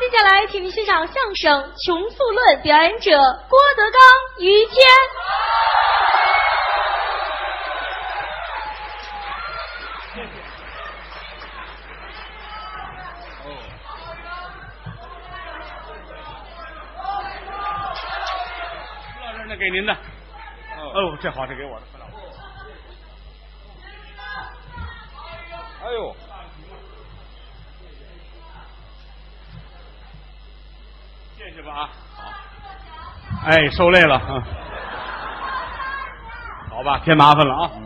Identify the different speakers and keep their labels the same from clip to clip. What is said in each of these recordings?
Speaker 1: 接下来，请您欣赏相声《穷素论》，表演者郭德纲、于谦。
Speaker 2: 到这儿呢，给您的。哦，这好，这给我的。
Speaker 3: 哎呦，
Speaker 2: 谢谢吧啊。好。哎，受累了啊。好吧，添麻烦了啊。
Speaker 3: 嗯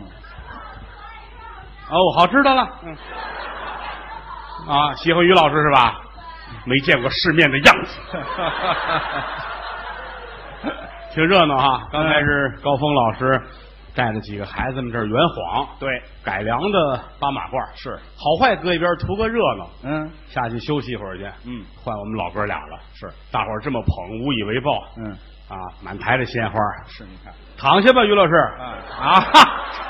Speaker 2: 哦，好，知道了。嗯。啊，喜欢于老师是吧？没见过世面的样子， 挺热闹哈、刚才
Speaker 3: 嗯
Speaker 2: 是高峰老师带着几个孩子们这儿圆谎，
Speaker 3: 对，
Speaker 2: 改良的八马褂
Speaker 3: 是，
Speaker 2: 好坏搁一边，图个热闹。
Speaker 3: 嗯
Speaker 2: 下去休息一会儿去。
Speaker 3: 嗯，
Speaker 2: 换我们老哥俩了。
Speaker 3: 是，
Speaker 2: 大伙儿这么捧，无以为报。
Speaker 3: 嗯，
Speaker 2: 啊，满台的鲜花。
Speaker 3: 是你看，
Speaker 2: 躺下吧，于老师。
Speaker 3: 嗯
Speaker 2: 啊，哈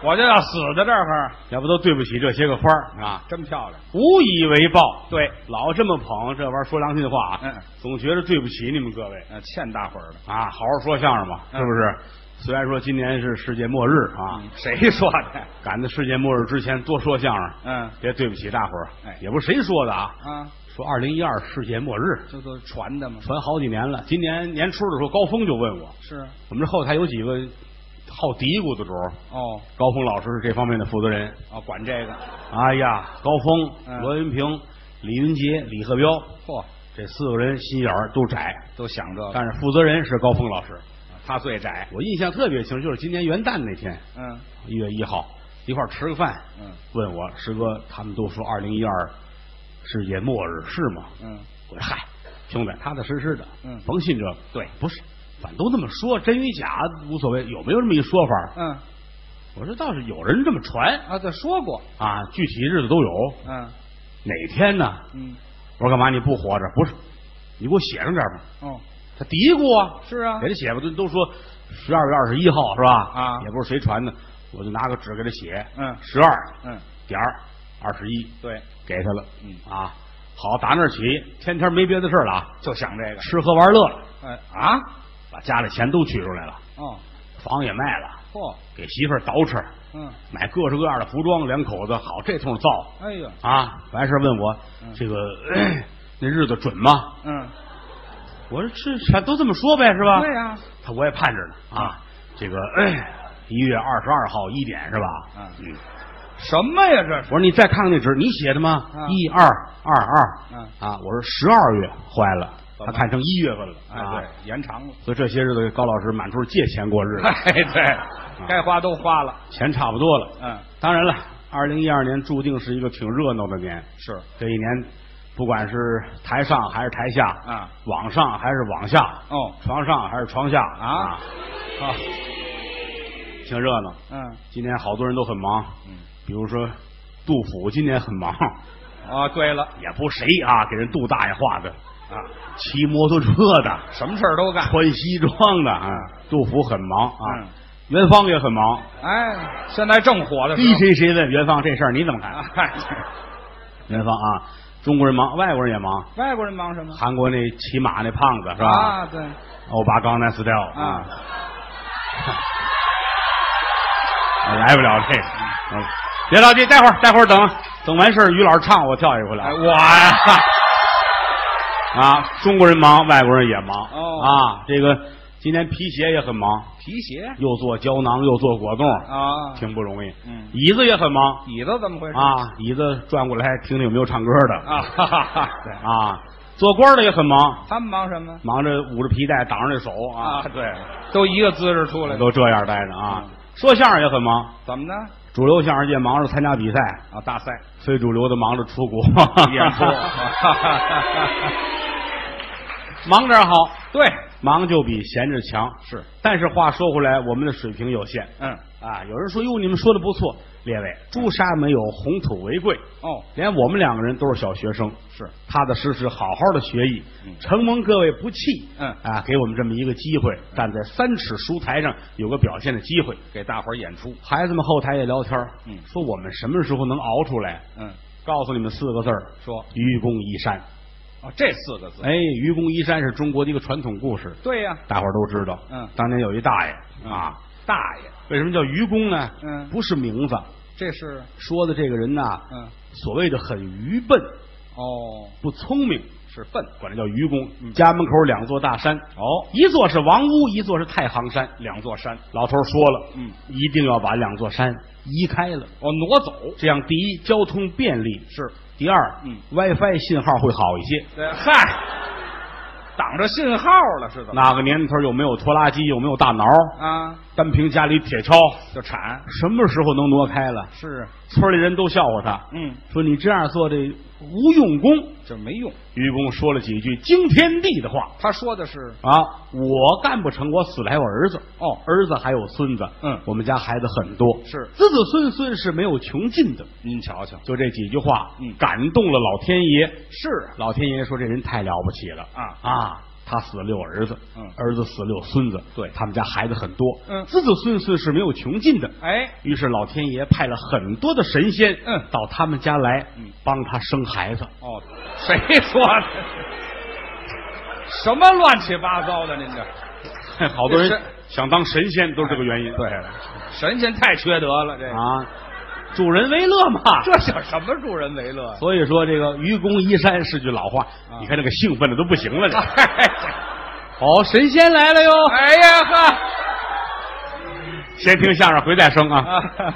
Speaker 3: 我就要死在这儿，
Speaker 2: 要不都对不起这些个花儿啊，
Speaker 3: 真漂亮。
Speaker 2: 无以为报。
Speaker 3: 对，
Speaker 2: 老这么捧，这玩意儿说良心话啊，
Speaker 3: 嗯，
Speaker 2: 总觉得对不起你们各位
Speaker 3: 呃，欠大伙儿的。
Speaker 2: 啊。好好说相声吧，是不
Speaker 3: 嗯
Speaker 2: 是？虽然说今年是世界末日啊，
Speaker 3: 谁说的？
Speaker 2: 赶在世界末日之前多说相声，
Speaker 3: 嗯
Speaker 2: 别对不起大伙儿。
Speaker 3: 哎
Speaker 2: 也不是谁说的啊，
Speaker 3: 啊，
Speaker 2: 说二零一二世界末日，
Speaker 3: 这都是传的嘛。
Speaker 2: 传好几年了。今年年初的时候，高峰就问我，
Speaker 3: 是啊
Speaker 2: 我们这后台有几个好嘀咕的主儿，
Speaker 3: 哦
Speaker 2: 高峰老师是这方面的负责人。
Speaker 3: 哦，管这个。
Speaker 2: 哎呀，高峰、
Speaker 3: 嗯
Speaker 2: 罗云平、李云杰、李鹤彪
Speaker 3: 嚯，
Speaker 2: 这四个人心眼儿都窄，
Speaker 3: 都想这个。
Speaker 2: 但是负责人是高峰老师。
Speaker 3: 他最窄。
Speaker 2: 我印象特别清，就是今年元旦那天，
Speaker 3: 嗯
Speaker 2: 一月一号，一块儿吃个饭，
Speaker 3: 嗯
Speaker 2: 问我师哥，他们都说二零一二世界末日是吗？
Speaker 3: 嗯，
Speaker 2: 我说嗨，兄弟，踏踏实实的，
Speaker 3: 嗯
Speaker 2: 甭信这个。
Speaker 3: 对
Speaker 2: 不是，反正都那么说，真与假无所谓，有没有这么一说法？
Speaker 3: 嗯
Speaker 2: 我说倒是有人这么传
Speaker 3: 啊，这说过。
Speaker 2: 啊，具体日子都有。
Speaker 3: 嗯
Speaker 2: 哪天呢？
Speaker 3: 嗯
Speaker 2: 我说干嘛你不活着？不是，你给我写上点吧。
Speaker 3: 哦，
Speaker 2: 他嘀咕啊，
Speaker 3: 是啊
Speaker 2: 给他写吧，都都说十二月二十一号是吧？
Speaker 3: 啊
Speaker 2: 也不是谁传的，我就拿个纸给他写，
Speaker 3: 嗯
Speaker 2: 十二
Speaker 3: 嗯，
Speaker 2: 点儿二十一，
Speaker 3: 对，
Speaker 2: 给他了，
Speaker 3: 嗯
Speaker 2: 啊，好，打那儿起，天天没别的事儿了啊，
Speaker 3: 就想这个。
Speaker 2: 吃喝玩乐了。
Speaker 3: 哎啊，
Speaker 2: 把家里钱都取出来了，
Speaker 3: 哦，
Speaker 2: 房也卖了，
Speaker 3: 嚯，
Speaker 2: 给媳妇儿捯饬，
Speaker 3: 嗯，
Speaker 2: 买各式各样的服装，两口子好这通造
Speaker 3: 哎呦，
Speaker 2: 啊！完事儿问我
Speaker 3: 嗯
Speaker 2: 这个 咳那日子准吗？
Speaker 3: 嗯，
Speaker 2: 我说这全都这么说呗，是吧？
Speaker 3: 对啊呀，
Speaker 2: 他我也盼着呢啊！这个 一月二十二号一点是吧？
Speaker 3: 嗯
Speaker 2: 嗯，
Speaker 3: 什么呀这
Speaker 2: 我
Speaker 3: 是？
Speaker 2: 说你再看看那纸，你写的吗
Speaker 3: 啊？
Speaker 2: 一二二二，
Speaker 3: 嗯
Speaker 2: 啊，我说十二月坏了，
Speaker 3: 怎
Speaker 2: 他
Speaker 3: 么
Speaker 2: 看成一月份了
Speaker 3: 哎，
Speaker 2: 啊！
Speaker 3: 对，延长了。
Speaker 2: 所以这些日子高老师满处借钱过 日子，啊
Speaker 3: 哎，对，该花都花了。
Speaker 2: 钱差不多了。
Speaker 3: 嗯，
Speaker 2: 当然了，二零一二年注定是一个挺热闹的年。
Speaker 3: 是
Speaker 2: 这一年，不管是台上还是台下，
Speaker 3: 啊，
Speaker 2: 网上还是网下，
Speaker 3: 哦
Speaker 2: 床上还是床下
Speaker 3: 啊啊，
Speaker 2: 挺热闹。
Speaker 3: 嗯
Speaker 2: 今年好多人都很忙，
Speaker 3: 嗯，
Speaker 2: 比如说杜甫今年很忙，
Speaker 3: 哦，对了
Speaker 2: 也不谁啊，给人杜大爷画的，
Speaker 3: 啊，
Speaker 2: 骑摩托车的，
Speaker 3: 什么事儿都干。
Speaker 2: 穿西装的啊，杜甫很忙啊
Speaker 3: 嗯，
Speaker 2: 元芳也很忙。
Speaker 3: 哎，现在正火的时
Speaker 2: 逮
Speaker 3: 候。
Speaker 2: 谁谁问元芳这事儿你怎么看？
Speaker 3: 哎，
Speaker 2: 元芳啊，中国人忙，外国人也忙。
Speaker 3: 外国人忙什么？
Speaker 2: 韩国那骑马那胖子是吧？
Speaker 3: 啊，对，
Speaker 2: 欧巴刚那 style
Speaker 3: 啊，
Speaker 2: 我啊来不了这个。嗯别着急，待会儿待会儿等等完事儿，于老师唱我跳一回来
Speaker 3: 哎，。我呀，
Speaker 2: 啊，中国人忙，外国人也忙。
Speaker 3: 哦
Speaker 2: 啊，这个今年皮鞋也很忙，
Speaker 3: 皮鞋
Speaker 2: 又做胶囊又做果冻，
Speaker 3: 啊，
Speaker 2: 挺不容易。
Speaker 3: 嗯，
Speaker 2: 椅子也很忙
Speaker 3: 椅子怎么回事？
Speaker 2: 啊，椅子转过来听听有没有唱歌的
Speaker 3: 啊， 哈哈哈，对，
Speaker 2: 啊。做官的也很忙，
Speaker 3: 他们忙什么？
Speaker 2: 忙着捂着皮带挡着这手啊
Speaker 3: 啊，，对，都一个姿势出来的，
Speaker 2: 都这样待着啊
Speaker 3: 嗯。
Speaker 2: 说相声也很忙，
Speaker 3: 怎么呢？
Speaker 2: 主流相声界忙着参加比赛，
Speaker 3: 啊，大赛
Speaker 2: 非主流的忙着出国
Speaker 3: 演出，
Speaker 2: 忙点好，
Speaker 3: 对，
Speaker 2: 忙就比闲着强。
Speaker 3: 是，
Speaker 2: 但是话说回来，我们的水平有限
Speaker 3: 嗯，
Speaker 2: 啊。有人说：“哟，你们说的不错，列位，朱砂没有红土为贵。”
Speaker 3: 哦，
Speaker 2: 连我们两个人都是小学生，
Speaker 3: 是
Speaker 2: 踏踏实实好好的学艺
Speaker 3: 嗯，
Speaker 2: 承蒙各位不弃，
Speaker 3: 嗯
Speaker 2: 啊，给我们这么一个机会，站在三尺书台上有个表现的机会。
Speaker 3: 给大伙儿演出，
Speaker 2: 孩子们后台也聊天儿
Speaker 3: 嗯
Speaker 2: 说我们什么时候能熬出来？
Speaker 3: 嗯，
Speaker 2: 告诉你们四个字儿：
Speaker 3: 说
Speaker 2: 愚公移山。
Speaker 3: 哦，这四个字，
Speaker 2: 哎，愚公移山是中国的一个传统故事，
Speaker 3: 对呀，
Speaker 2: 大伙儿都知道。
Speaker 3: 嗯
Speaker 2: 当年有一大爷
Speaker 3: 嗯
Speaker 2: 啊，
Speaker 3: 大爷，
Speaker 2: 为什么叫愚公呢？
Speaker 3: 嗯
Speaker 2: 不是名字，
Speaker 3: 这是，
Speaker 2: 说的这个人呐，
Speaker 3: 嗯，
Speaker 2: 所谓的很愚笨，
Speaker 3: 哦，
Speaker 2: 不聪明，
Speaker 3: 是笨，
Speaker 2: 管他叫愚公。
Speaker 3: 嗯
Speaker 2: 家门口两座大山，
Speaker 3: 哦，
Speaker 2: 一座是王屋，一座是太行山。
Speaker 3: 两座山，
Speaker 2: 老头儿说了，
Speaker 3: 嗯，
Speaker 2: 一定要把两座山移开了，
Speaker 3: 哦，挪走，
Speaker 2: 这样第一交通便利，
Speaker 3: 是，
Speaker 2: 第二，
Speaker 3: 嗯
Speaker 2: ，WiFi 信号会好一些。
Speaker 3: 对，嗨，挡着信号了是怎么？
Speaker 2: 那个年头又没有拖拉机，又没有大挠，
Speaker 3: 啊，
Speaker 2: 单凭家里铁锹，
Speaker 3: 就铲，
Speaker 2: 什么时候能挪开了？
Speaker 3: 是，啊
Speaker 2: 村里人都笑话他，
Speaker 3: 嗯，
Speaker 2: 说你这样做这无用功。
Speaker 3: 这没用。
Speaker 2: 愚公说了几句惊天地的话
Speaker 3: 他说的是，
Speaker 2: 啊！我干不成，我死了还有儿子
Speaker 3: 哦
Speaker 2: 儿子还有孙子，
Speaker 3: 嗯
Speaker 2: 我们家孩子很多，
Speaker 3: 是
Speaker 2: 子子孙孙是没有穷尽的。
Speaker 3: 您瞧瞧，
Speaker 2: 就这几句话，
Speaker 3: 嗯
Speaker 2: 感动了老天爷。
Speaker 3: 是啊，
Speaker 2: 老天爷说这人太了不起了
Speaker 3: 啊
Speaker 2: 啊！他死了六儿子，
Speaker 3: 嗯
Speaker 2: 儿子死了六孙子，
Speaker 3: 对
Speaker 2: 他们家孩子很多，
Speaker 3: 嗯
Speaker 2: 子子孙孙是没有穷尽的。
Speaker 3: 哎，
Speaker 2: 于是老天爷派了很多的神仙，
Speaker 3: 嗯
Speaker 2: 到他们家来，
Speaker 3: 嗯
Speaker 2: 帮他生孩 子。
Speaker 3: 哦，谁说的？什么乱七八糟的？您这
Speaker 2: 好多人
Speaker 3: 这是
Speaker 2: 想当神仙都是这个原因。对
Speaker 3: 神仙太缺德了，这个、
Speaker 2: 啊，助人为乐嘛。
Speaker 3: 这叫什么助人为乐呀？
Speaker 2: 所以说这个愚公移山是句老话，
Speaker 3: 啊
Speaker 2: 你看这个兴奋的都不行 了。这
Speaker 3: 哎
Speaker 2: 好，神仙来了哟！
Speaker 3: 哎呀呵
Speaker 2: 先听相声，回再生啊。
Speaker 3: 啊，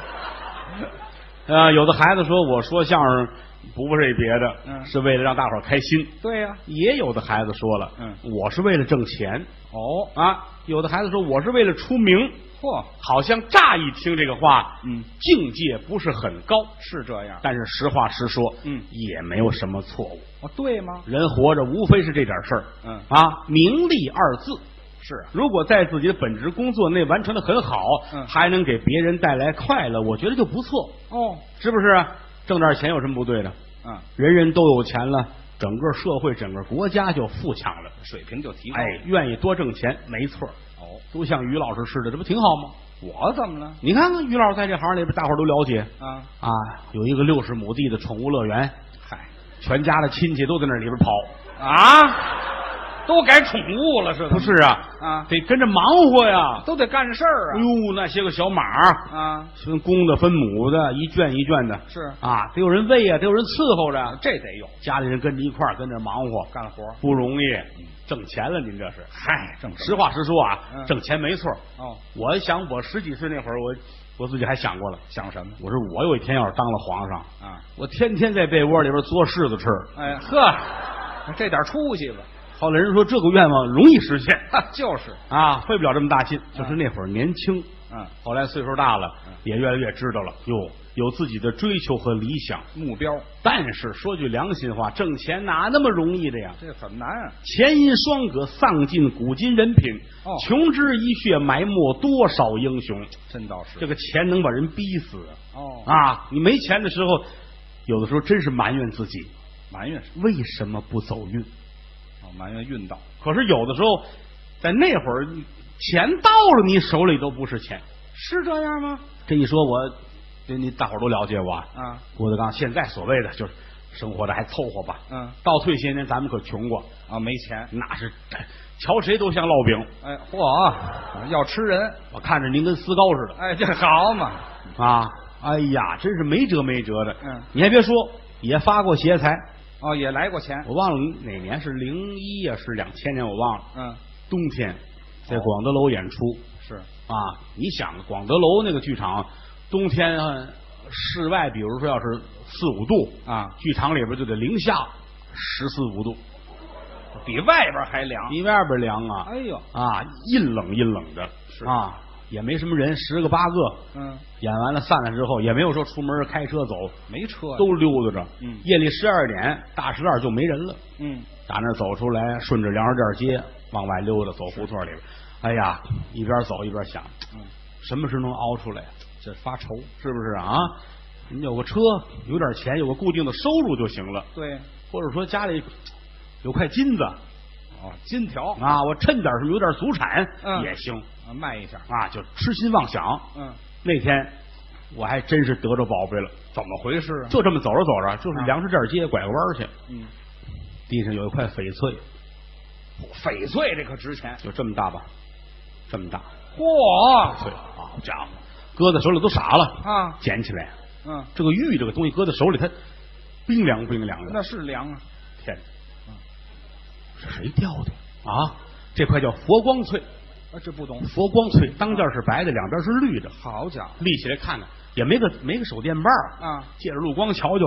Speaker 2: 呃，有的孩子说，我说相声不为别的，
Speaker 3: 嗯
Speaker 2: 是为了让大伙儿开心。
Speaker 3: 对呀、
Speaker 2: 也有的孩子说了，
Speaker 3: 嗯
Speaker 2: 我是为了挣钱
Speaker 3: 哦，
Speaker 2: 啊。有的孩子说，我是为了出名。
Speaker 3: 嚯，
Speaker 2: 好像乍一听这个话，
Speaker 3: 嗯，
Speaker 2: 境界不是很高，
Speaker 3: 是这样，
Speaker 2: 但是实话实说，
Speaker 3: 嗯
Speaker 2: 也没有什么错误。
Speaker 3: 哦，对吗？
Speaker 2: 人活着无非是这点事儿，
Speaker 3: 嗯
Speaker 2: 啊，名利二字，
Speaker 3: 是啊，
Speaker 2: 如果在自己的本职工作内完成的很好，
Speaker 3: 嗯
Speaker 2: 还能给别人带来快乐，我觉得就不错，
Speaker 3: 哦，
Speaker 2: 是不是啊？挣点钱有什么不对的？
Speaker 3: 嗯，
Speaker 2: 人人都有钱了，整个社会、整个国家就富强了。
Speaker 3: 水平就提高
Speaker 2: 哎
Speaker 3: 了。，
Speaker 2: 愿意多挣钱，没错儿，
Speaker 3: 哦，
Speaker 2: 都像于老师似的，这不挺好吗？
Speaker 3: 我怎么了？
Speaker 2: 你看看于老师在这行里边，大伙儿都了解，
Speaker 3: 啊，
Speaker 2: 啊，有一个六十亩地的宠物乐园，
Speaker 3: 嗨，
Speaker 2: 全家的亲戚都在那里边跑。
Speaker 3: 啊，都改宠物了是吧？
Speaker 2: 不是啊，
Speaker 3: 啊，
Speaker 2: 得跟着忙活呀。
Speaker 3: 都得干事儿
Speaker 2: 哎
Speaker 3: 啊。
Speaker 2: 呦，那些个小马，
Speaker 3: 啊，
Speaker 2: 分公的分母的，一圈一圈的，
Speaker 3: 是
Speaker 2: 啊，得有人喂呀，得有人伺候着，
Speaker 3: 这得有
Speaker 2: 家里人跟着一块儿跟着忙活，
Speaker 3: 干活。
Speaker 2: 不容易，挣钱了，您这是。
Speaker 3: 嗨，正
Speaker 2: 实话实说啊，
Speaker 3: 嗯
Speaker 2: 挣钱没错儿。
Speaker 3: 哦，
Speaker 2: 我想我十几岁那会儿，我我自己还想过了，
Speaker 3: 想什么
Speaker 2: 我说我有一天要是当了皇上，
Speaker 3: 啊？
Speaker 2: 我天天在被窝里边嘬柿子吃。
Speaker 3: 哎呵，这点出息吧，
Speaker 2: 后来人说这个愿望容易实现
Speaker 3: 哈，就是，
Speaker 2: 啊，费不了这么大劲。就是那会儿年轻，
Speaker 3: 嗯，
Speaker 2: 后来岁数大了
Speaker 3: 嗯，
Speaker 2: 也越来越知道了，哟，有自己的追求和理想。
Speaker 3: 目标
Speaker 2: 但是说句良心话，挣钱哪那么容易的呀？
Speaker 3: 这很难啊。
Speaker 2: 前因双葛，丧尽古今人品，
Speaker 3: 哦
Speaker 2: 穷之一血，埋没多少英雄。
Speaker 3: 真倒是
Speaker 2: 这个钱能把人逼死
Speaker 3: 哦，
Speaker 2: 啊！你没钱的时候，有的时候真是埋怨自己
Speaker 3: 埋怨什
Speaker 2: 为什么不走运。
Speaker 3: 么？哦，埋怨运道。
Speaker 2: 可是有的时候，在那会儿，钱到了你手里都不是钱。
Speaker 3: 是这样吗？
Speaker 2: 这一说我，这你大伙儿都了解我啊。
Speaker 3: 啊，
Speaker 2: 郭德纲现在所谓的就是生活的还凑合吧。
Speaker 3: 嗯，
Speaker 2: 倒退些年咱们可穷过，
Speaker 3: 啊，没钱。
Speaker 2: 那是瞧谁都像烙饼。
Speaker 3: 哎，嚯，啊要吃人。
Speaker 2: 我看着您跟丝糕似的。
Speaker 3: 哎，这好嘛，
Speaker 2: 啊，哎呀，真是没辙没辙的。
Speaker 3: 嗯
Speaker 2: 你还别说，也发过邪财，
Speaker 3: 哦，也来过钱。
Speaker 2: 我忘了哪年是零一呀，是两千年，我忘了。
Speaker 3: 嗯，
Speaker 2: 冬天在
Speaker 3: 哦
Speaker 2: 广德楼演出
Speaker 3: 是，
Speaker 2: 啊，你想广德楼那个剧场，冬天呃室外，比如说要是四五度
Speaker 3: 啊
Speaker 2: 剧场里边就得零下十四五度，
Speaker 3: 比外边还凉。
Speaker 2: 比外边凉啊
Speaker 3: 哎呦，
Speaker 2: 啊，阴冷阴冷的，
Speaker 3: 是
Speaker 2: 啊，也没什么人，十个八个。
Speaker 3: 嗯，
Speaker 2: 演完了散了之后，也没有说出门开车走，
Speaker 3: 没车呀
Speaker 2: 都溜达着。
Speaker 3: 嗯
Speaker 2: 夜里十二点，大石栏就没人了。
Speaker 3: 嗯，
Speaker 2: 打那儿走出来，顺着粮食店街往外溜达，走胡同里边。哎呀，一边走一边想，
Speaker 3: 嗯，
Speaker 2: 什么时候能熬出来？
Speaker 3: 这发愁。
Speaker 2: 是不是啊？你有个车，有点钱，有个固定的收入就行了，
Speaker 3: 对，
Speaker 2: 或者说家里有块金子
Speaker 3: 哦，金条
Speaker 2: 啊，我趁点什么，有点祖产、
Speaker 3: 嗯
Speaker 2: 也行
Speaker 3: 啊，卖一下。
Speaker 2: 啊，就痴心妄想。
Speaker 3: 嗯，
Speaker 2: 那天我还真是得着宝贝了，
Speaker 3: 怎么回事啊？
Speaker 2: 就这么走着走着，就是
Speaker 3: 啊
Speaker 2: 粮食店街拐个弯儿去，
Speaker 3: 嗯，
Speaker 2: 地上有一块翡翠，
Speaker 3: 翡翠这可值钱。
Speaker 2: 有这么大吧？这么大
Speaker 3: 嚯
Speaker 2: 翠啊，好家伙，搁在手里都傻了，
Speaker 3: 啊，
Speaker 2: 捡起来。
Speaker 3: 嗯，
Speaker 2: 这个玉这个东西搁在手里，它冰凉冰凉的。
Speaker 3: 那是凉啊。
Speaker 2: 天哪，是谁掉的啊？这块叫佛光翠，
Speaker 3: 啊，这不懂。
Speaker 2: 佛光翠当间是白的，两边是绿的，
Speaker 3: 好家伙
Speaker 2: 立起来看看，也没个没个手电棒儿，
Speaker 3: 啊，
Speaker 2: 借着路光瞧瞧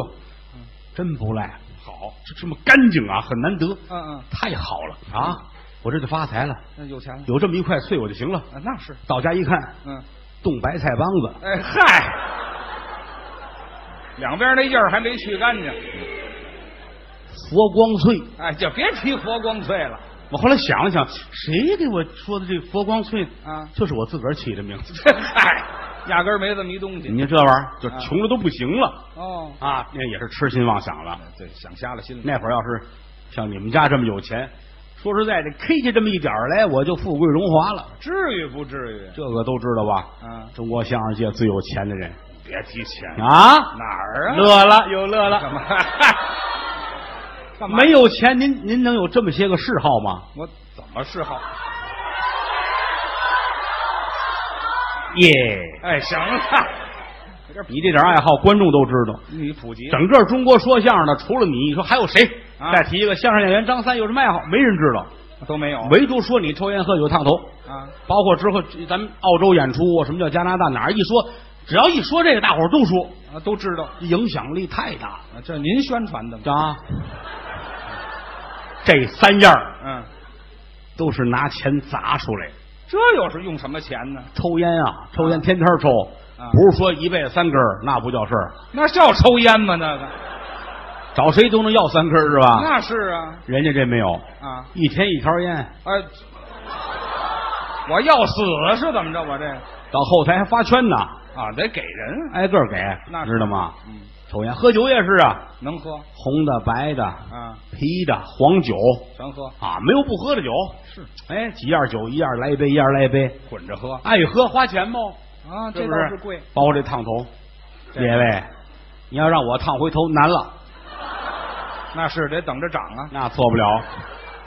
Speaker 3: 嗯，
Speaker 2: 真不赖，好，就这么干净啊，很难得，
Speaker 3: 嗯嗯，
Speaker 2: 太好了啊！我这就发财了，
Speaker 3: 那有钱了。
Speaker 2: 有这么一块翠我就行了。
Speaker 3: 啊，那是。
Speaker 2: 到家一看，
Speaker 3: 嗯，
Speaker 2: 冻白菜帮子，
Speaker 3: 哎嗨， 两边那印儿还没去干净。
Speaker 2: 佛光翠。
Speaker 3: 哎，就别提佛光翠了。
Speaker 2: 我后来想了想，谁给我说的这佛光翠
Speaker 3: 啊
Speaker 2: 就是我自个儿起的名字。 哎
Speaker 3: 这嗨，压根儿没这么一东西。
Speaker 2: 你看这玩意儿就
Speaker 3: 啊
Speaker 2: 穷的都不行了
Speaker 3: 哦，
Speaker 2: 啊！那也是痴心妄想了。
Speaker 3: 对，想瞎了心了。
Speaker 2: 那会儿要是像你们家这么有钱，说实在的，K 下这么一点儿来，我就富贵荣华了。
Speaker 3: 至于不至
Speaker 2: 这个都知道吧？
Speaker 3: 于？啊，
Speaker 2: 中国相声界最有钱的人
Speaker 3: 别提钱了，
Speaker 2: 啊，
Speaker 3: 哪儿啊？
Speaker 2: 乐了又乐
Speaker 3: 干
Speaker 2: 了。
Speaker 3: 嘛？干 嘛？
Speaker 2: 没有钱，您您能有这么些个嗜好吗？
Speaker 3: 我怎么嗜好？
Speaker 2: 耶！
Speaker 3: 哎，行 了，有点
Speaker 2: 你这点爱好，观众都知道。
Speaker 3: 啊你普及了
Speaker 2: 整个中国说相声的，除了你，你说还有谁？
Speaker 3: 啊
Speaker 2: 再提一个相声演员张三有什么爱好？没人知道，
Speaker 3: 都没有
Speaker 2: 唯独说你抽烟喝酒烫头，
Speaker 3: 啊？
Speaker 2: 包括之后咱们澳洲演出啊，什么叫加拿大哪儿一说，只要一说这个，大伙儿都说，
Speaker 3: 啊，都知道。
Speaker 2: 影响力太大
Speaker 3: 啊，这您宣传的吗？
Speaker 2: 了啊。这三样儿
Speaker 3: 嗯，
Speaker 2: 都是拿钱砸出来的。
Speaker 3: 这又是用什么钱呢？
Speaker 2: 抽烟啊，抽烟
Speaker 3: 啊
Speaker 2: 天天抽，
Speaker 3: 啊
Speaker 2: 不是说一辈子三根儿那不叫事儿，
Speaker 3: 那叫抽烟吗？那个，
Speaker 2: 找谁都能要三根儿是吧？
Speaker 3: 那是啊
Speaker 2: 人家这没有，
Speaker 3: 啊
Speaker 2: 一天一条烟，
Speaker 3: 哎，我要死是怎么着？我这
Speaker 2: 到后台还发圈呢，
Speaker 3: 啊得给人，
Speaker 2: 挨个儿给，
Speaker 3: 那是
Speaker 2: 知道吗？
Speaker 3: 嗯，
Speaker 2: 抽烟喝酒也是啊，
Speaker 3: 能喝
Speaker 2: 红的、白的、
Speaker 3: 啊，
Speaker 2: 啤的、黄酒
Speaker 3: 全喝
Speaker 2: 啊，没有不喝的酒。
Speaker 3: 是
Speaker 2: 哎，几样酒，一样来一杯，一样来一杯，
Speaker 3: 混着喝
Speaker 2: 爱喝花钱吗？
Speaker 3: 啊，
Speaker 2: 是
Speaker 3: 这
Speaker 2: 不
Speaker 3: 倒是贵，
Speaker 2: 包括这烫头，
Speaker 3: 这
Speaker 2: 列位，你要让我烫回头难了。
Speaker 3: 那是得等着涨啊。
Speaker 2: 那错不了，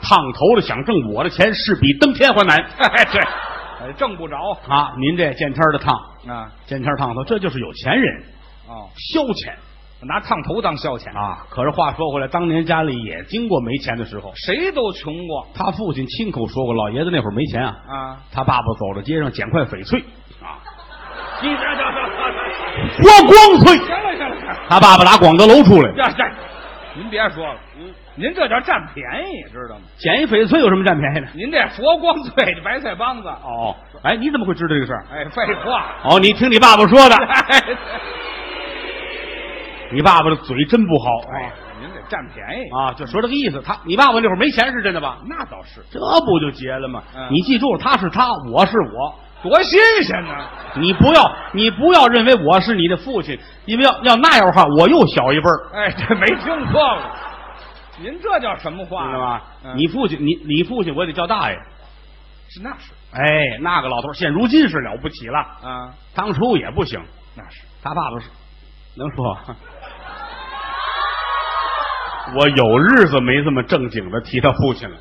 Speaker 2: 烫头的想挣我的钱是比登天还难。
Speaker 3: 哎， 对，哎，挣不着
Speaker 2: 啊，您这见天儿的烫，
Speaker 3: 啊
Speaker 2: 见天儿烫头，这就是有钱人
Speaker 3: 哦，
Speaker 2: 消遣
Speaker 3: 拿烫头当消遣，
Speaker 2: 啊。可是话说回来，当年家里也经过没钱的时候，
Speaker 3: 谁都穷过
Speaker 2: 他父亲亲口说过，老爷子那会儿没钱啊，
Speaker 3: 啊。
Speaker 2: 他爸爸走到街上捡块翡翠啊，
Speaker 3: 你这这这
Speaker 2: 佛光
Speaker 3: 这，
Speaker 2: 翠，
Speaker 3: 行了行了行了。
Speaker 2: 他爸爸打广德楼出来，
Speaker 3: 呀这，您别说了，
Speaker 2: 嗯
Speaker 3: 您这叫占便宜，知道吗？
Speaker 2: 捡一翡翠有什么占便宜的？
Speaker 3: 您这佛光翠的白菜帮子，
Speaker 2: 哦，哎，你怎么会知道这个事儿？
Speaker 3: 哎，废话，
Speaker 2: 哦，你听你爸爸 说的，
Speaker 3: 哎，
Speaker 2: 你爸爸的嘴真不好，哎。
Speaker 3: 哎您得占便宜，
Speaker 2: 啊，就说这个意思。他，你爸爸那会儿没钱是真的吧？
Speaker 3: 那倒是，
Speaker 2: 这不就结了吗？
Speaker 3: 嗯
Speaker 2: 你记住，他是他，我是我。
Speaker 3: 多新鲜呢！
Speaker 2: 你不要，你不要认为我是你的父亲，因为要要那样的话，我又小一辈儿，
Speaker 3: 哎，这没听说过，您这叫什么话？
Speaker 2: 知道吗？
Speaker 3: 嗯
Speaker 2: 你父亲，你你父亲，我得叫大爷。
Speaker 3: 是那是
Speaker 2: 哎，那个老头儿现如今是了不起了，
Speaker 3: 啊，
Speaker 2: 当初也不行。
Speaker 3: 那是
Speaker 2: 他爸爸是能说， 我有日子没这么正经的提他父亲了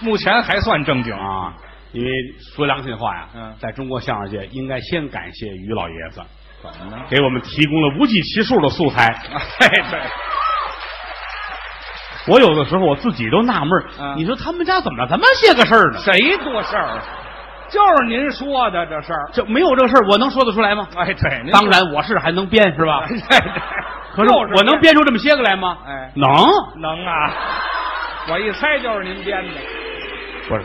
Speaker 3: 目前还算正经，
Speaker 2: 啊。因为说良心话呀，
Speaker 3: 嗯
Speaker 2: 在中国相声界应该先感谢于老爷子，
Speaker 3: 怎么呢？
Speaker 2: 给我们提供了无计其数的素材。
Speaker 3: 哎，对，
Speaker 2: 我有的时候我自己都纳闷儿，
Speaker 3: 嗯
Speaker 2: 你说他们家怎么这么些个事儿呢？
Speaker 3: 谁多事儿啊？就是您说的这事儿，
Speaker 2: 这没有这个事儿，我能说得出来吗？
Speaker 3: 哎，对，您
Speaker 2: 当然，我是还能编是吧
Speaker 3: 哎，？ 对对，
Speaker 2: 可是
Speaker 3: 又
Speaker 2: 我能
Speaker 3: 编。
Speaker 2: 编出这么些个来吗？
Speaker 3: 哎
Speaker 2: 能，
Speaker 3: 能啊！我一猜就是您编的
Speaker 2: 不是，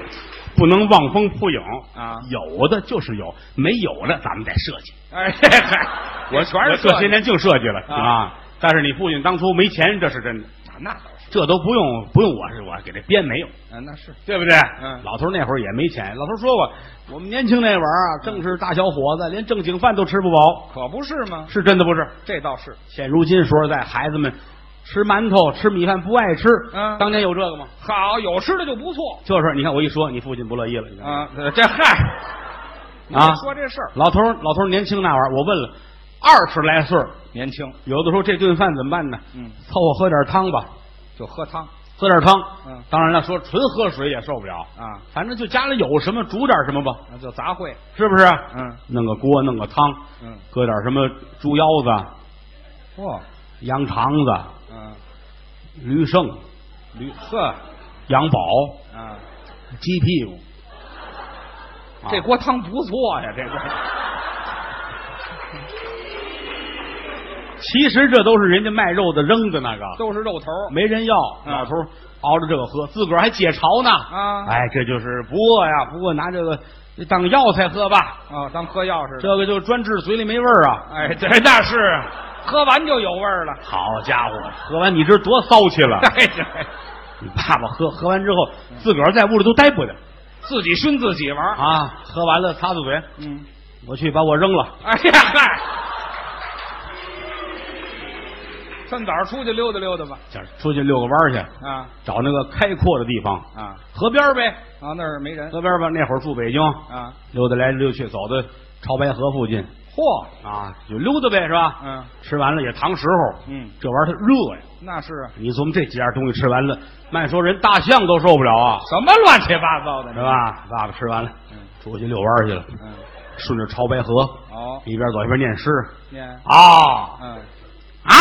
Speaker 2: 不能望风扑影
Speaker 3: 啊
Speaker 2: 有的就是有，没有的咱们得设 计。
Speaker 3: 哎，嗨，我全
Speaker 2: 我
Speaker 3: 是
Speaker 2: 这些
Speaker 3: 的。
Speaker 2: 年净设计了
Speaker 3: 啊
Speaker 2: 啊！但是你父亲当初没钱，这是真的，
Speaker 3: 那倒是，
Speaker 2: 这都不用不用我是我给他编没有。
Speaker 3: 嗯，那是
Speaker 2: 对不对？
Speaker 3: 嗯
Speaker 2: 老头儿那会儿也没钱。老头儿说过，我们年轻那会儿啊，正是大小伙
Speaker 3: 嗯
Speaker 2: 子，连正经饭都吃不饱，
Speaker 3: 可不是吗？
Speaker 2: 是真的不是？
Speaker 3: 这倒是，
Speaker 2: 现如今说实在，孩子们吃馒头、吃米饭不爱吃，
Speaker 3: 嗯
Speaker 2: 当年有这个吗？
Speaker 3: 好有吃的就不错
Speaker 2: 就是你看我一说，你父亲不乐意了。你看
Speaker 3: 啊。呃这嗨，你
Speaker 2: 啊
Speaker 3: 说这事儿
Speaker 2: 老头儿老头儿年轻那会儿，我问了，二十来岁儿，
Speaker 3: 年轻，
Speaker 2: 有的时候这顿饭怎么办呢？
Speaker 3: 嗯，
Speaker 2: 凑合喝点汤吧，
Speaker 3: 就喝汤
Speaker 2: 喝点汤。
Speaker 3: 嗯
Speaker 2: 当然了，说纯喝水也受不了，
Speaker 3: 啊，
Speaker 2: 反正就家里有什么煮点什么吧，
Speaker 3: 那就杂烩。
Speaker 2: 是不是？
Speaker 3: 嗯
Speaker 2: 弄个锅，弄个汤，
Speaker 3: 嗯，
Speaker 2: 搁点什么猪腰子、
Speaker 3: 哦，
Speaker 2: 羊肠子、
Speaker 3: 嗯，
Speaker 2: 驴剩、
Speaker 3: 驴呵，
Speaker 2: 羊宝、
Speaker 3: 啊，
Speaker 2: 鸡屁股。啊
Speaker 3: 这锅汤不错呀，这个
Speaker 2: 其实这都是人家卖肉的扔的那个，
Speaker 3: 都是肉头儿。
Speaker 2: 没人要。
Speaker 3: 嗯
Speaker 2: 老头儿熬着这个喝，自个儿还解馋呢。
Speaker 3: 啊
Speaker 2: 哎，这就是不饿呀，不饿拿这个当药材喝吧。
Speaker 3: 啊，当喝药似的，
Speaker 2: 这个就专治嘴里没味儿啊。
Speaker 3: 哎
Speaker 2: 这
Speaker 3: 对
Speaker 2: 那是啊。
Speaker 3: 喝完就有味儿 了。
Speaker 2: 好家伙，喝完你这多骚气 了！
Speaker 3: 哎呀，
Speaker 2: 你爸爸喝喝完之后，自个儿在屋里都待不得
Speaker 3: 自己熏自己玩儿。
Speaker 2: 啊！喝完了擦擦嘴，
Speaker 3: 嗯，
Speaker 2: 我去把我扔了。
Speaker 3: 哎呀嗨， 趁早出去溜达溜达吧。
Speaker 2: 就是出去遛个弯儿去，
Speaker 3: 啊
Speaker 2: 找那个开阔的地方，
Speaker 3: 啊
Speaker 2: 河边儿呗，
Speaker 3: 啊，那儿没人
Speaker 2: 河边儿吧。那会儿住北京，
Speaker 3: 啊。
Speaker 2: 溜达来溜去，走到潮白河附近
Speaker 3: 嚯，
Speaker 2: 啊，就溜达呗，是吧？
Speaker 3: 嗯
Speaker 2: 吃完了也堂时候，
Speaker 3: 嗯，
Speaker 2: 这玩意儿它热呀。
Speaker 3: 那是啊
Speaker 2: 你琢磨这几样东西吃完了，慢说人大象都受不了啊，
Speaker 3: 什么乱七八糟的，
Speaker 2: 是？吧？爸爸吃完了
Speaker 3: 嗯，
Speaker 2: 出去遛弯儿去了，
Speaker 3: 嗯，
Speaker 2: 顺着潮白河
Speaker 3: 好，
Speaker 2: 一边走一边念诗
Speaker 3: 念，
Speaker 2: 啊
Speaker 3: 嗯，
Speaker 2: 啊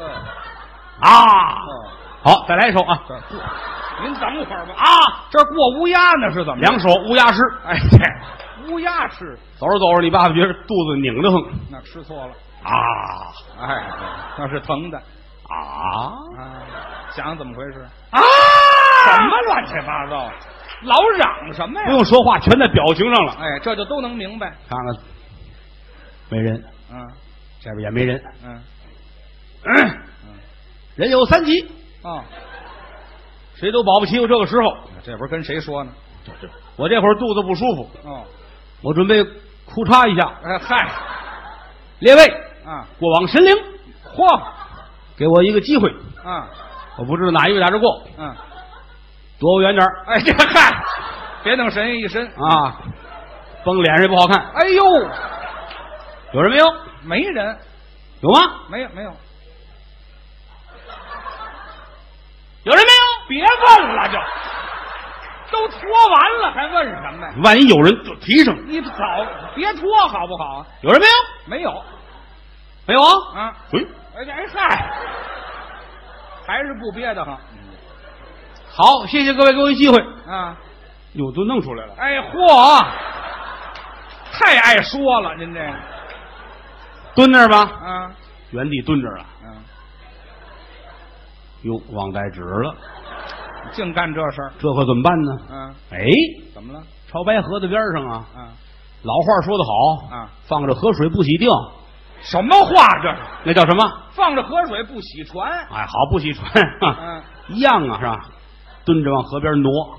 Speaker 3: 嗯，
Speaker 2: 啊！
Speaker 3: 嗯
Speaker 2: 好，再来一首啊
Speaker 3: 这过， 您等会儿吧。
Speaker 2: 啊！
Speaker 3: 这过乌鸦呢是怎么着？
Speaker 2: 两首乌鸦诗。
Speaker 3: 哎，这乌鸦吃，
Speaker 2: 走着走着，你爸爸觉得肚子拧得很
Speaker 3: 那吃错了，
Speaker 2: 啊
Speaker 3: 哎，那是疼的
Speaker 2: 啊
Speaker 3: 啊！想怎么回事？
Speaker 2: 啊！
Speaker 3: 什么乱七八糟？啊老嚷什么
Speaker 2: 不
Speaker 3: 呀？
Speaker 2: 用说话，全在表情上了。
Speaker 3: 哎，这就都能明白。
Speaker 2: 看看，没人，
Speaker 3: 嗯
Speaker 2: 这边也没人。
Speaker 3: 嗯
Speaker 2: 嗯
Speaker 3: 嗯，
Speaker 2: 人有三急，
Speaker 3: 哦，
Speaker 2: 谁都保不齐有这个时候。
Speaker 3: 这不是跟谁说呢？
Speaker 2: 这这，我这会儿肚子不舒服，
Speaker 3: 哦，
Speaker 2: 我准备哭嚓一下。
Speaker 3: 哎嗨
Speaker 2: 列位，
Speaker 3: 啊，
Speaker 2: 过往神灵，
Speaker 3: 嚯
Speaker 2: 给我一个机会。
Speaker 3: 啊
Speaker 2: 我不知道哪一个打着过，
Speaker 3: 嗯，
Speaker 2: 躲我远点儿
Speaker 3: 哎这嗨，别弄神医一身。
Speaker 2: 啊！崩脸上也不好看。
Speaker 3: 哎呦，
Speaker 2: 有人没有？
Speaker 3: 没人，
Speaker 2: 有吗？
Speaker 3: 没有没有，
Speaker 2: 有人没
Speaker 3: 别问了就，都拖完了还问什么呀？
Speaker 2: 有？万一有人就提上。
Speaker 3: 你早别拖好不好？
Speaker 2: 有人没有？
Speaker 3: 没有
Speaker 2: 没有啊？
Speaker 3: 啊，
Speaker 2: 喂，
Speaker 3: 哎哎嗨，还是不憋得慌
Speaker 2: 好，谢谢各位给我一机会。
Speaker 3: 啊！
Speaker 2: 哟，都弄出来了。
Speaker 3: 哎嚯，太爱说了，您这个
Speaker 2: 蹲那儿吧，
Speaker 3: 啊
Speaker 2: 原地蹲着了。
Speaker 3: 嗯，
Speaker 2: 哟，忘带纸了，
Speaker 3: 净干这事儿，
Speaker 2: 这可怎么办呢？
Speaker 3: 嗯，
Speaker 2: 哎，
Speaker 3: 怎么了？
Speaker 2: 潮白河的边儿上啊，
Speaker 3: 啊，
Speaker 2: 老话说得好
Speaker 3: 啊，
Speaker 2: 放着河水不洗腚，
Speaker 3: 什么话这是？
Speaker 2: 那叫什么？
Speaker 3: 放着河水不洗船，
Speaker 2: 哎，好不洗船，哈
Speaker 3: 嗯，
Speaker 2: 一样啊，是吧？蹲着往河边挪。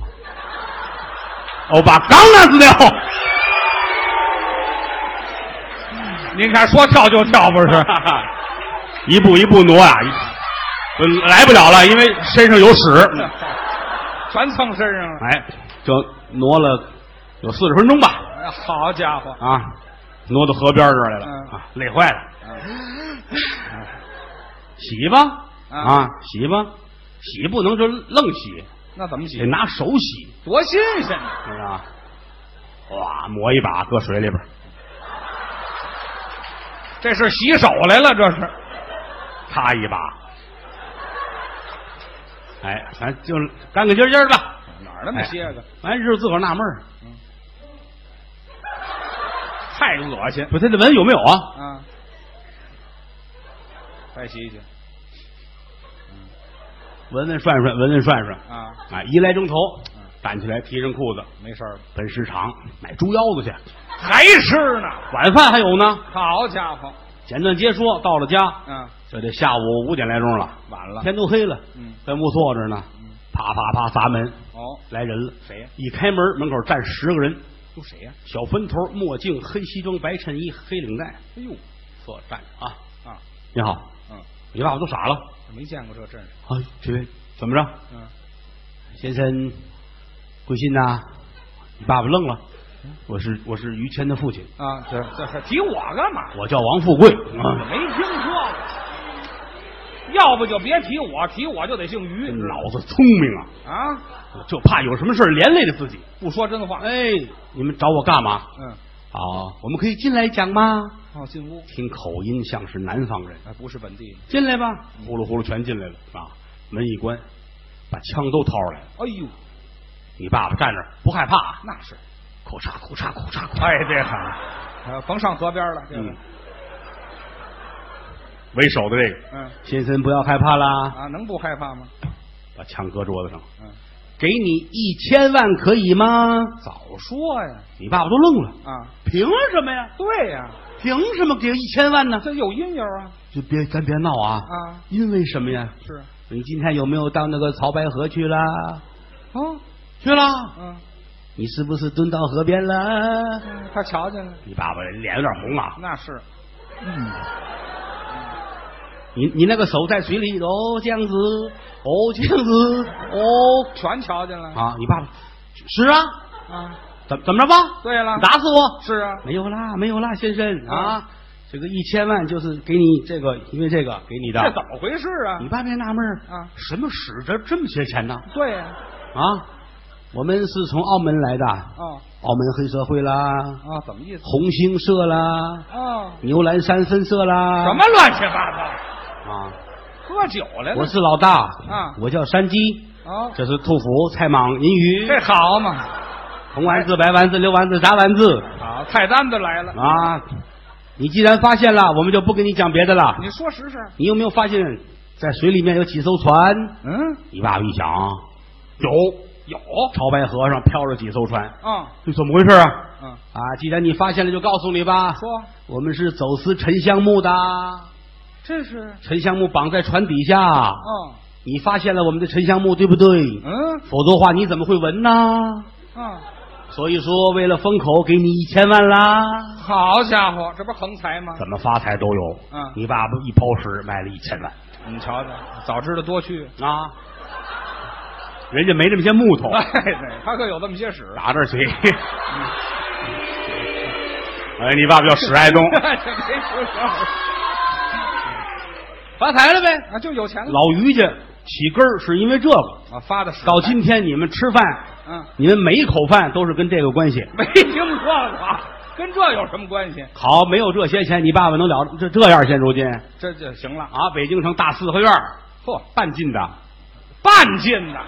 Speaker 2: 哦，把缸拿死掉。
Speaker 3: 您看说跳就跳不
Speaker 2: 不是， 一步一步挪啊，一呃来不了了，因为身上有
Speaker 3: 嗯
Speaker 2: 屎。
Speaker 3: 全蹭身上了。
Speaker 2: 哎，这挪了有四十分钟吧，
Speaker 3: 哎好家伙，
Speaker 2: 啊，挪到河边这儿来了，
Speaker 3: 嗯
Speaker 2: 啊，累坏了，
Speaker 3: 嗯
Speaker 2: 洗吧，
Speaker 3: 嗯
Speaker 2: 啊，洗吧，洗不能就愣洗，
Speaker 3: 那怎么洗
Speaker 2: 得？拿手洗，
Speaker 3: 多新鲜啊呢！
Speaker 2: 知道吧？哇，抹一把搁水里边儿，
Speaker 3: 这是洗手来了，这是
Speaker 2: 擦一把，哎，咱就干干净净的吧。哎
Speaker 3: 哪儿那么些个？
Speaker 2: 完事儿自个儿纳闷儿，
Speaker 3: 太恶心
Speaker 2: 不，他这闻有没有啊？
Speaker 3: 啊！再洗洗
Speaker 2: 闻闻涮涮，闻闻涮涮，
Speaker 3: 啊！
Speaker 2: 哎，一来钟头
Speaker 3: 嗯，
Speaker 2: 站起来提上裤子，
Speaker 3: 没事儿了，
Speaker 2: 奔市场买猪腰子去，
Speaker 3: 还吃呢？
Speaker 2: 晚饭还有呢。
Speaker 3: 好家伙，
Speaker 2: 简短截说，到了家，
Speaker 3: 啊，
Speaker 2: 这得下午五点来钟了，
Speaker 3: 晚了
Speaker 2: 天都黑了，
Speaker 3: 嗯
Speaker 2: 在屋坐着呢，
Speaker 3: 嗯
Speaker 2: 啪啪啪砸门，
Speaker 3: 哦，
Speaker 2: 来人了，
Speaker 3: 谁呀
Speaker 2: 一开门，门口站十个人，
Speaker 3: 都谁呀？
Speaker 2: 小分头，墨镜，黑西装，白衬衣，黑领带，
Speaker 3: 哎呦，
Speaker 2: 坐着站着啊，
Speaker 3: 啊，
Speaker 2: 你好，
Speaker 3: 嗯，
Speaker 2: 你爸爸都傻了，
Speaker 3: 没见过这阵势，
Speaker 2: 哎，这位怎么着，
Speaker 3: 嗯，
Speaker 2: 先生贵姓呐？你爸爸愣了，
Speaker 3: 嗯
Speaker 2: 我是我是于谦的父亲，
Speaker 3: 啊，这这这提我干嘛？
Speaker 2: 我叫王富贵啊。
Speaker 3: 没听说过，要不就别提我，提我就得姓于。
Speaker 2: 老子聪明啊，
Speaker 3: 啊，
Speaker 2: 我就怕有什么事儿连累着自己。
Speaker 3: 不说真话。
Speaker 2: 哎，你们找我干嘛？
Speaker 3: 嗯，
Speaker 2: 啊，我们可以进来讲吗？
Speaker 3: 哦，进屋，
Speaker 2: 听口音像是南方人，
Speaker 3: 哎，不是本地的。
Speaker 2: 进来吧。呼噜呼噜全进来了啊！门一关，把枪都掏出来了。
Speaker 3: 哎呦，
Speaker 2: 你爸爸站那儿不害怕啊？
Speaker 3: 那是，
Speaker 2: 口嚓口嚓口嚓口嚓，
Speaker 3: 哎，这个，呃，甭上河边了，这个
Speaker 2: 嗯，，为首的这个，
Speaker 3: 嗯
Speaker 2: 先生不要害怕啦，
Speaker 3: 啊，能不害怕吗？
Speaker 2: 把枪搁桌子上，
Speaker 3: 嗯，
Speaker 2: 给你一千万可以吗？
Speaker 3: 早说呀，
Speaker 2: 你爸爸都愣了，
Speaker 3: 啊，
Speaker 2: 凭什么呀？
Speaker 3: 对呀，
Speaker 2: 凭什么给一千万呢？
Speaker 3: 这有因由啊，
Speaker 2: 就别咱别闹啊！
Speaker 3: 啊，
Speaker 2: 因为什么呀？
Speaker 3: 是，
Speaker 2: 你今天有没有到那个潮白河去啦？
Speaker 3: 哦，
Speaker 2: 去啦！
Speaker 3: 嗯，
Speaker 2: 你是不是蹲到河边了？
Speaker 3: 嗯他瞧见了，
Speaker 2: 你爸爸脸有点红啊！
Speaker 3: 那是，
Speaker 2: 你你那个手在水里哦，这样子，哦这样子，哦
Speaker 3: 全瞧见了
Speaker 2: 啊！你爸爸是啊，
Speaker 3: 啊，
Speaker 2: 怎怎么着吧？
Speaker 3: 对了
Speaker 2: 你，打死我！
Speaker 3: 是啊，
Speaker 2: 没有啦，没有啦，先生啊
Speaker 3: 啊，
Speaker 2: 这个一千万就是给你这个，因为这个给你的。
Speaker 3: 这怎么回事啊
Speaker 2: 你？爸别纳闷儿
Speaker 3: 啊
Speaker 2: 什么使这这么些钱呢？
Speaker 3: 对呀，
Speaker 2: 啊，我们是从澳门来的，澳
Speaker 3: 哦，
Speaker 2: 门黑社会啦，
Speaker 3: 啊，怎么意思？
Speaker 2: 红星社啦，
Speaker 3: 哦，
Speaker 2: 牛栏山分社啦，
Speaker 3: 什么乱七八糟？
Speaker 2: 啊？
Speaker 3: 喝酒来
Speaker 2: 我
Speaker 3: 了？
Speaker 2: 是老大
Speaker 3: 啊
Speaker 2: 我叫山鸡，
Speaker 3: 哦，
Speaker 2: 这是兔脯、菜蟒、银
Speaker 3: 这
Speaker 2: 鱼，
Speaker 3: 好嘛，
Speaker 2: 红丸子、白丸子、溜丸子、炸丸子
Speaker 3: 好，菜单子来了。
Speaker 2: 啊！你既然发现了，我们就不跟你讲别的了。
Speaker 3: 你说实事。
Speaker 2: 你有没有发现，在水里面有几艘船？
Speaker 3: 嗯，
Speaker 2: 你爸爸一想，有，
Speaker 3: 有
Speaker 2: 潮白河上漂着几艘船，
Speaker 3: 啊，
Speaker 2: 这怎么回事啊？
Speaker 3: 嗯，
Speaker 2: 啊，既然你发现了，就告诉你吧。
Speaker 3: 说
Speaker 2: 我们是走私沉香木的，
Speaker 3: 这是，
Speaker 2: 沉香木绑在船底下。
Speaker 3: 哦，
Speaker 2: 你发现了我们的沉香木，对不对？
Speaker 3: 嗯，
Speaker 2: 否则话你怎么会闻呢？
Speaker 3: 啊，
Speaker 2: 所以说，为了封口，给你一千万啦。
Speaker 3: 好家伙，这不横财吗？
Speaker 2: 怎么发财都有。
Speaker 3: 嗯
Speaker 2: 你爸爸一抛石卖了一千万
Speaker 3: 你瞧瞧，早知道多去。
Speaker 2: 啊，人家没这么些木头，
Speaker 3: 哎，对，他可有这么些屎。啊
Speaker 2: 打这儿去。哎，你爸爸叫史爱东，
Speaker 3: 这没出手
Speaker 2: 发财了呗。
Speaker 3: 啊，就有钱了
Speaker 2: 老于家起根儿是因为这个，
Speaker 3: 啊，发的屎
Speaker 2: 到今天你们吃饭，
Speaker 3: 嗯，
Speaker 2: 你们每一口饭都是跟这个关系。
Speaker 3: 没听说过，跟这有什么关系？
Speaker 2: 好，没有这些钱，你爸爸能了这这样？现如今
Speaker 3: 这就行了。
Speaker 2: 啊，北京城大四合院儿
Speaker 3: 嚯，
Speaker 2: 半进的，
Speaker 3: 半斤的，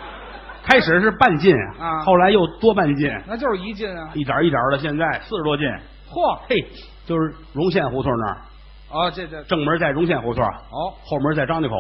Speaker 2: 开始是半进
Speaker 3: 啊
Speaker 2: 后来又多半进，
Speaker 3: 那就是一斤啊。
Speaker 2: 一点儿一点儿的，现在四十多进。
Speaker 3: 嚯，
Speaker 2: 嘿，就是荣县胡同那儿，
Speaker 3: 啊，这这
Speaker 2: 正门在荣县胡同，
Speaker 3: 哦，
Speaker 2: 后门在张家口。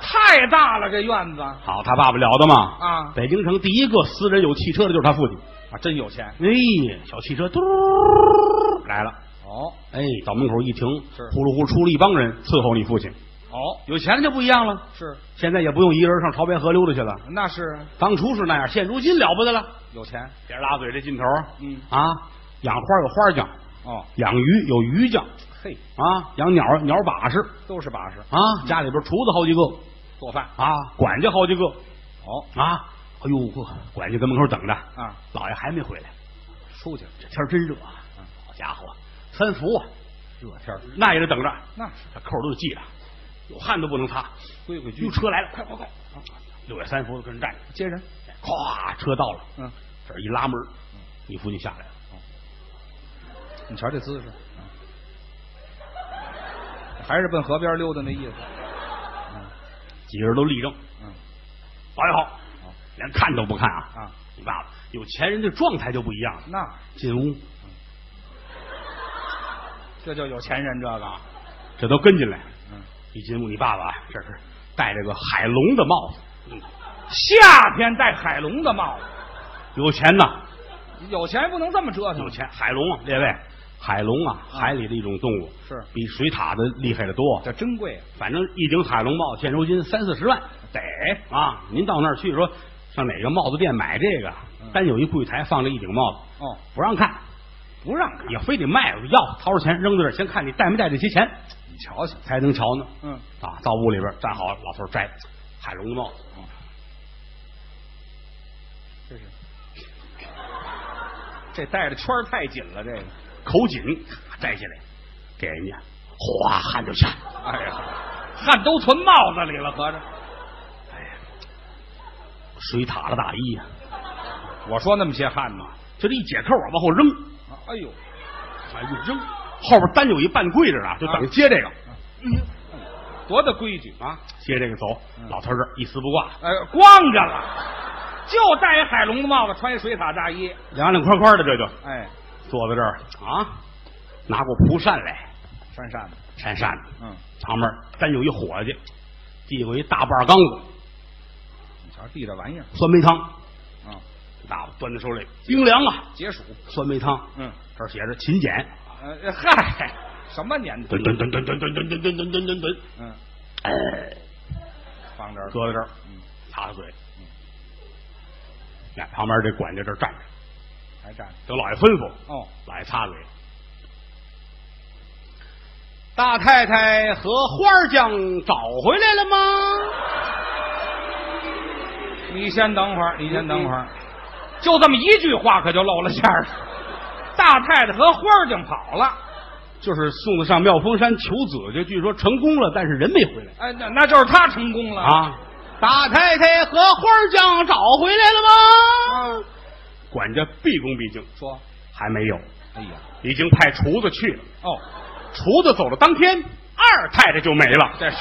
Speaker 3: 太大了，这院子啊，
Speaker 2: 好，他爸爸了得嘛！
Speaker 3: 啊
Speaker 2: 北京城第一个私人有汽车的就是他父亲。
Speaker 3: 真有钱。
Speaker 2: 哎，小汽车嘟儿来了。
Speaker 3: 哦
Speaker 2: 哎，到门口一停，
Speaker 3: 是
Speaker 2: 呼噜呼出了一帮人伺候你父亲。
Speaker 3: 哦，
Speaker 2: 有钱了就不一样了，
Speaker 3: 是，
Speaker 2: 现在也不用一个人上潮白河溜达去了。
Speaker 3: 那是
Speaker 2: 当初是那样，现如今了不得了。
Speaker 3: 有钱。
Speaker 2: 别人拉嘴这劲头，
Speaker 3: 嗯
Speaker 2: 啊，养花有花匠，
Speaker 3: 哦，
Speaker 2: 养鱼有鱼匠，
Speaker 3: 嘿，
Speaker 2: 啊，养鸟有鸟把式，
Speaker 3: 都是把式，
Speaker 2: 啊，家里边厨子好几个，
Speaker 3: 做饭。
Speaker 2: 啊，管家好几个，
Speaker 3: 哦
Speaker 2: 啊，哎呦，管家跟门口等着，
Speaker 3: 啊，
Speaker 2: 老爷还没回来，
Speaker 3: 出去了，
Speaker 2: 这天儿真热啊，好家伙，三伏啊，
Speaker 3: 热天儿
Speaker 2: 那也得等着，
Speaker 3: 那是
Speaker 2: 这扣儿都得系着，有汗都不能擦。
Speaker 3: 规规矩
Speaker 2: 哟，
Speaker 3: 矩。
Speaker 2: 车来了，快快快！六月三伏跟人站着，
Speaker 3: 啊接人，
Speaker 2: 咵，车到了，
Speaker 3: 嗯，
Speaker 2: 这儿一拉门，你父亲下来了，
Speaker 3: 你瞧这姿势，嗯还是奔河边溜达那意思。
Speaker 2: 几个人都立正，
Speaker 3: 嗯
Speaker 2: 老爷好，连看都不看啊！
Speaker 3: 啊，
Speaker 2: 你爸爸有钱人的状态就不一样了。
Speaker 3: 那
Speaker 2: 进屋，
Speaker 3: 这就有钱人这个啊。
Speaker 2: 这都跟进来。
Speaker 3: 嗯，
Speaker 2: 一进屋，你爸爸这是戴着个海龙的帽子，嗯，
Speaker 3: 夏天戴海龙的帽子，
Speaker 2: 有钱呐，
Speaker 3: 有钱不能这么折腾。
Speaker 2: 有钱！海龙啊，列位，海龙啊，海里的一种动物，
Speaker 3: 是
Speaker 2: 比水獭的厉害的多。
Speaker 3: 这珍贵啊。
Speaker 2: 反正一顶海龙帽，现如今三四十万，得啊！您到那儿去说，上哪个帽子店买这个？
Speaker 3: 嗯
Speaker 2: 单有一柜台放着一顶帽子，
Speaker 3: 哦，
Speaker 2: 不让看，
Speaker 3: 不让看，
Speaker 2: 也非得卖，要掏出钱扔在这儿，先看你带没带这些钱，
Speaker 3: 你瞧瞧。
Speaker 2: 才能瞧呢。
Speaker 3: 嗯，
Speaker 2: 啊，到屋里边站好，老头儿摘海龙的帽子，
Speaker 3: 这是。这戴着圈儿太紧了，这个。
Speaker 2: 口紧，咔摘下来给人家，哗汗就下来了，
Speaker 3: 哎呀，汗都存帽子里了，合着。啊
Speaker 2: 水獭了大衣呀、
Speaker 3: 我说那么些汗吗？
Speaker 2: 就这一解扣啊，往后扔，
Speaker 3: 哎呦，
Speaker 2: 哎，一扔，后边单有一半跪着啊呢，就等接这个，
Speaker 3: 多大规矩啊！
Speaker 2: 接这个走。
Speaker 3: 嗯
Speaker 2: 老头儿这儿一丝不挂，
Speaker 3: 哎，光着了，就戴一海龙的帽子，穿一水獭大衣。
Speaker 2: 凉凉快快的，这就
Speaker 3: 哎，
Speaker 2: 坐在这儿啊，拿过蒲扇来，
Speaker 3: 扇扇子。
Speaker 2: 扇扇子，
Speaker 3: 嗯，
Speaker 2: 旁边单有一伙计，递过一大半缸子
Speaker 3: 你瞧地这玩意儿
Speaker 2: 酸梅汤，
Speaker 3: 啊，
Speaker 2: 大伙端在手里，冰凉啊，
Speaker 3: 解暑。
Speaker 2: 酸梅汤，
Speaker 3: 嗯，
Speaker 2: 这儿写着勤俭，哎
Speaker 3: 呃，嗨，什么年代
Speaker 2: 吨？吨吨吨吨吨吨吨吨吨吨吨吨，
Speaker 3: 嗯，
Speaker 2: 哎，
Speaker 3: 放这儿。
Speaker 2: 搁在这儿，
Speaker 3: 嗯，
Speaker 2: 擦擦嘴
Speaker 3: 嗯，
Speaker 2: 哎，旁边这管家这儿站着，
Speaker 3: 还站着。
Speaker 2: 得老爷吩咐，
Speaker 3: 哦，
Speaker 2: 老爷擦嘴，
Speaker 3: 大太太和
Speaker 2: 花匠找回来了吗？
Speaker 3: 你先等会儿，你先等会儿，就这么一句话，可就露了馅儿了。 大太太和花儿就跑了，
Speaker 2: 就是送他上妙峰山求子去，据说成功了，但是人没回来
Speaker 3: 哎，那那就是他成功了！
Speaker 2: 啊。大太太和花匠找回来
Speaker 3: 啊
Speaker 2: 了吗？管家毕恭毕敬，
Speaker 3: 说，
Speaker 2: 还没有，
Speaker 3: 哎呀，
Speaker 2: 已经派厨子去了。
Speaker 3: 哦，
Speaker 2: 厨子走了当天，二太太就没了。
Speaker 3: 这是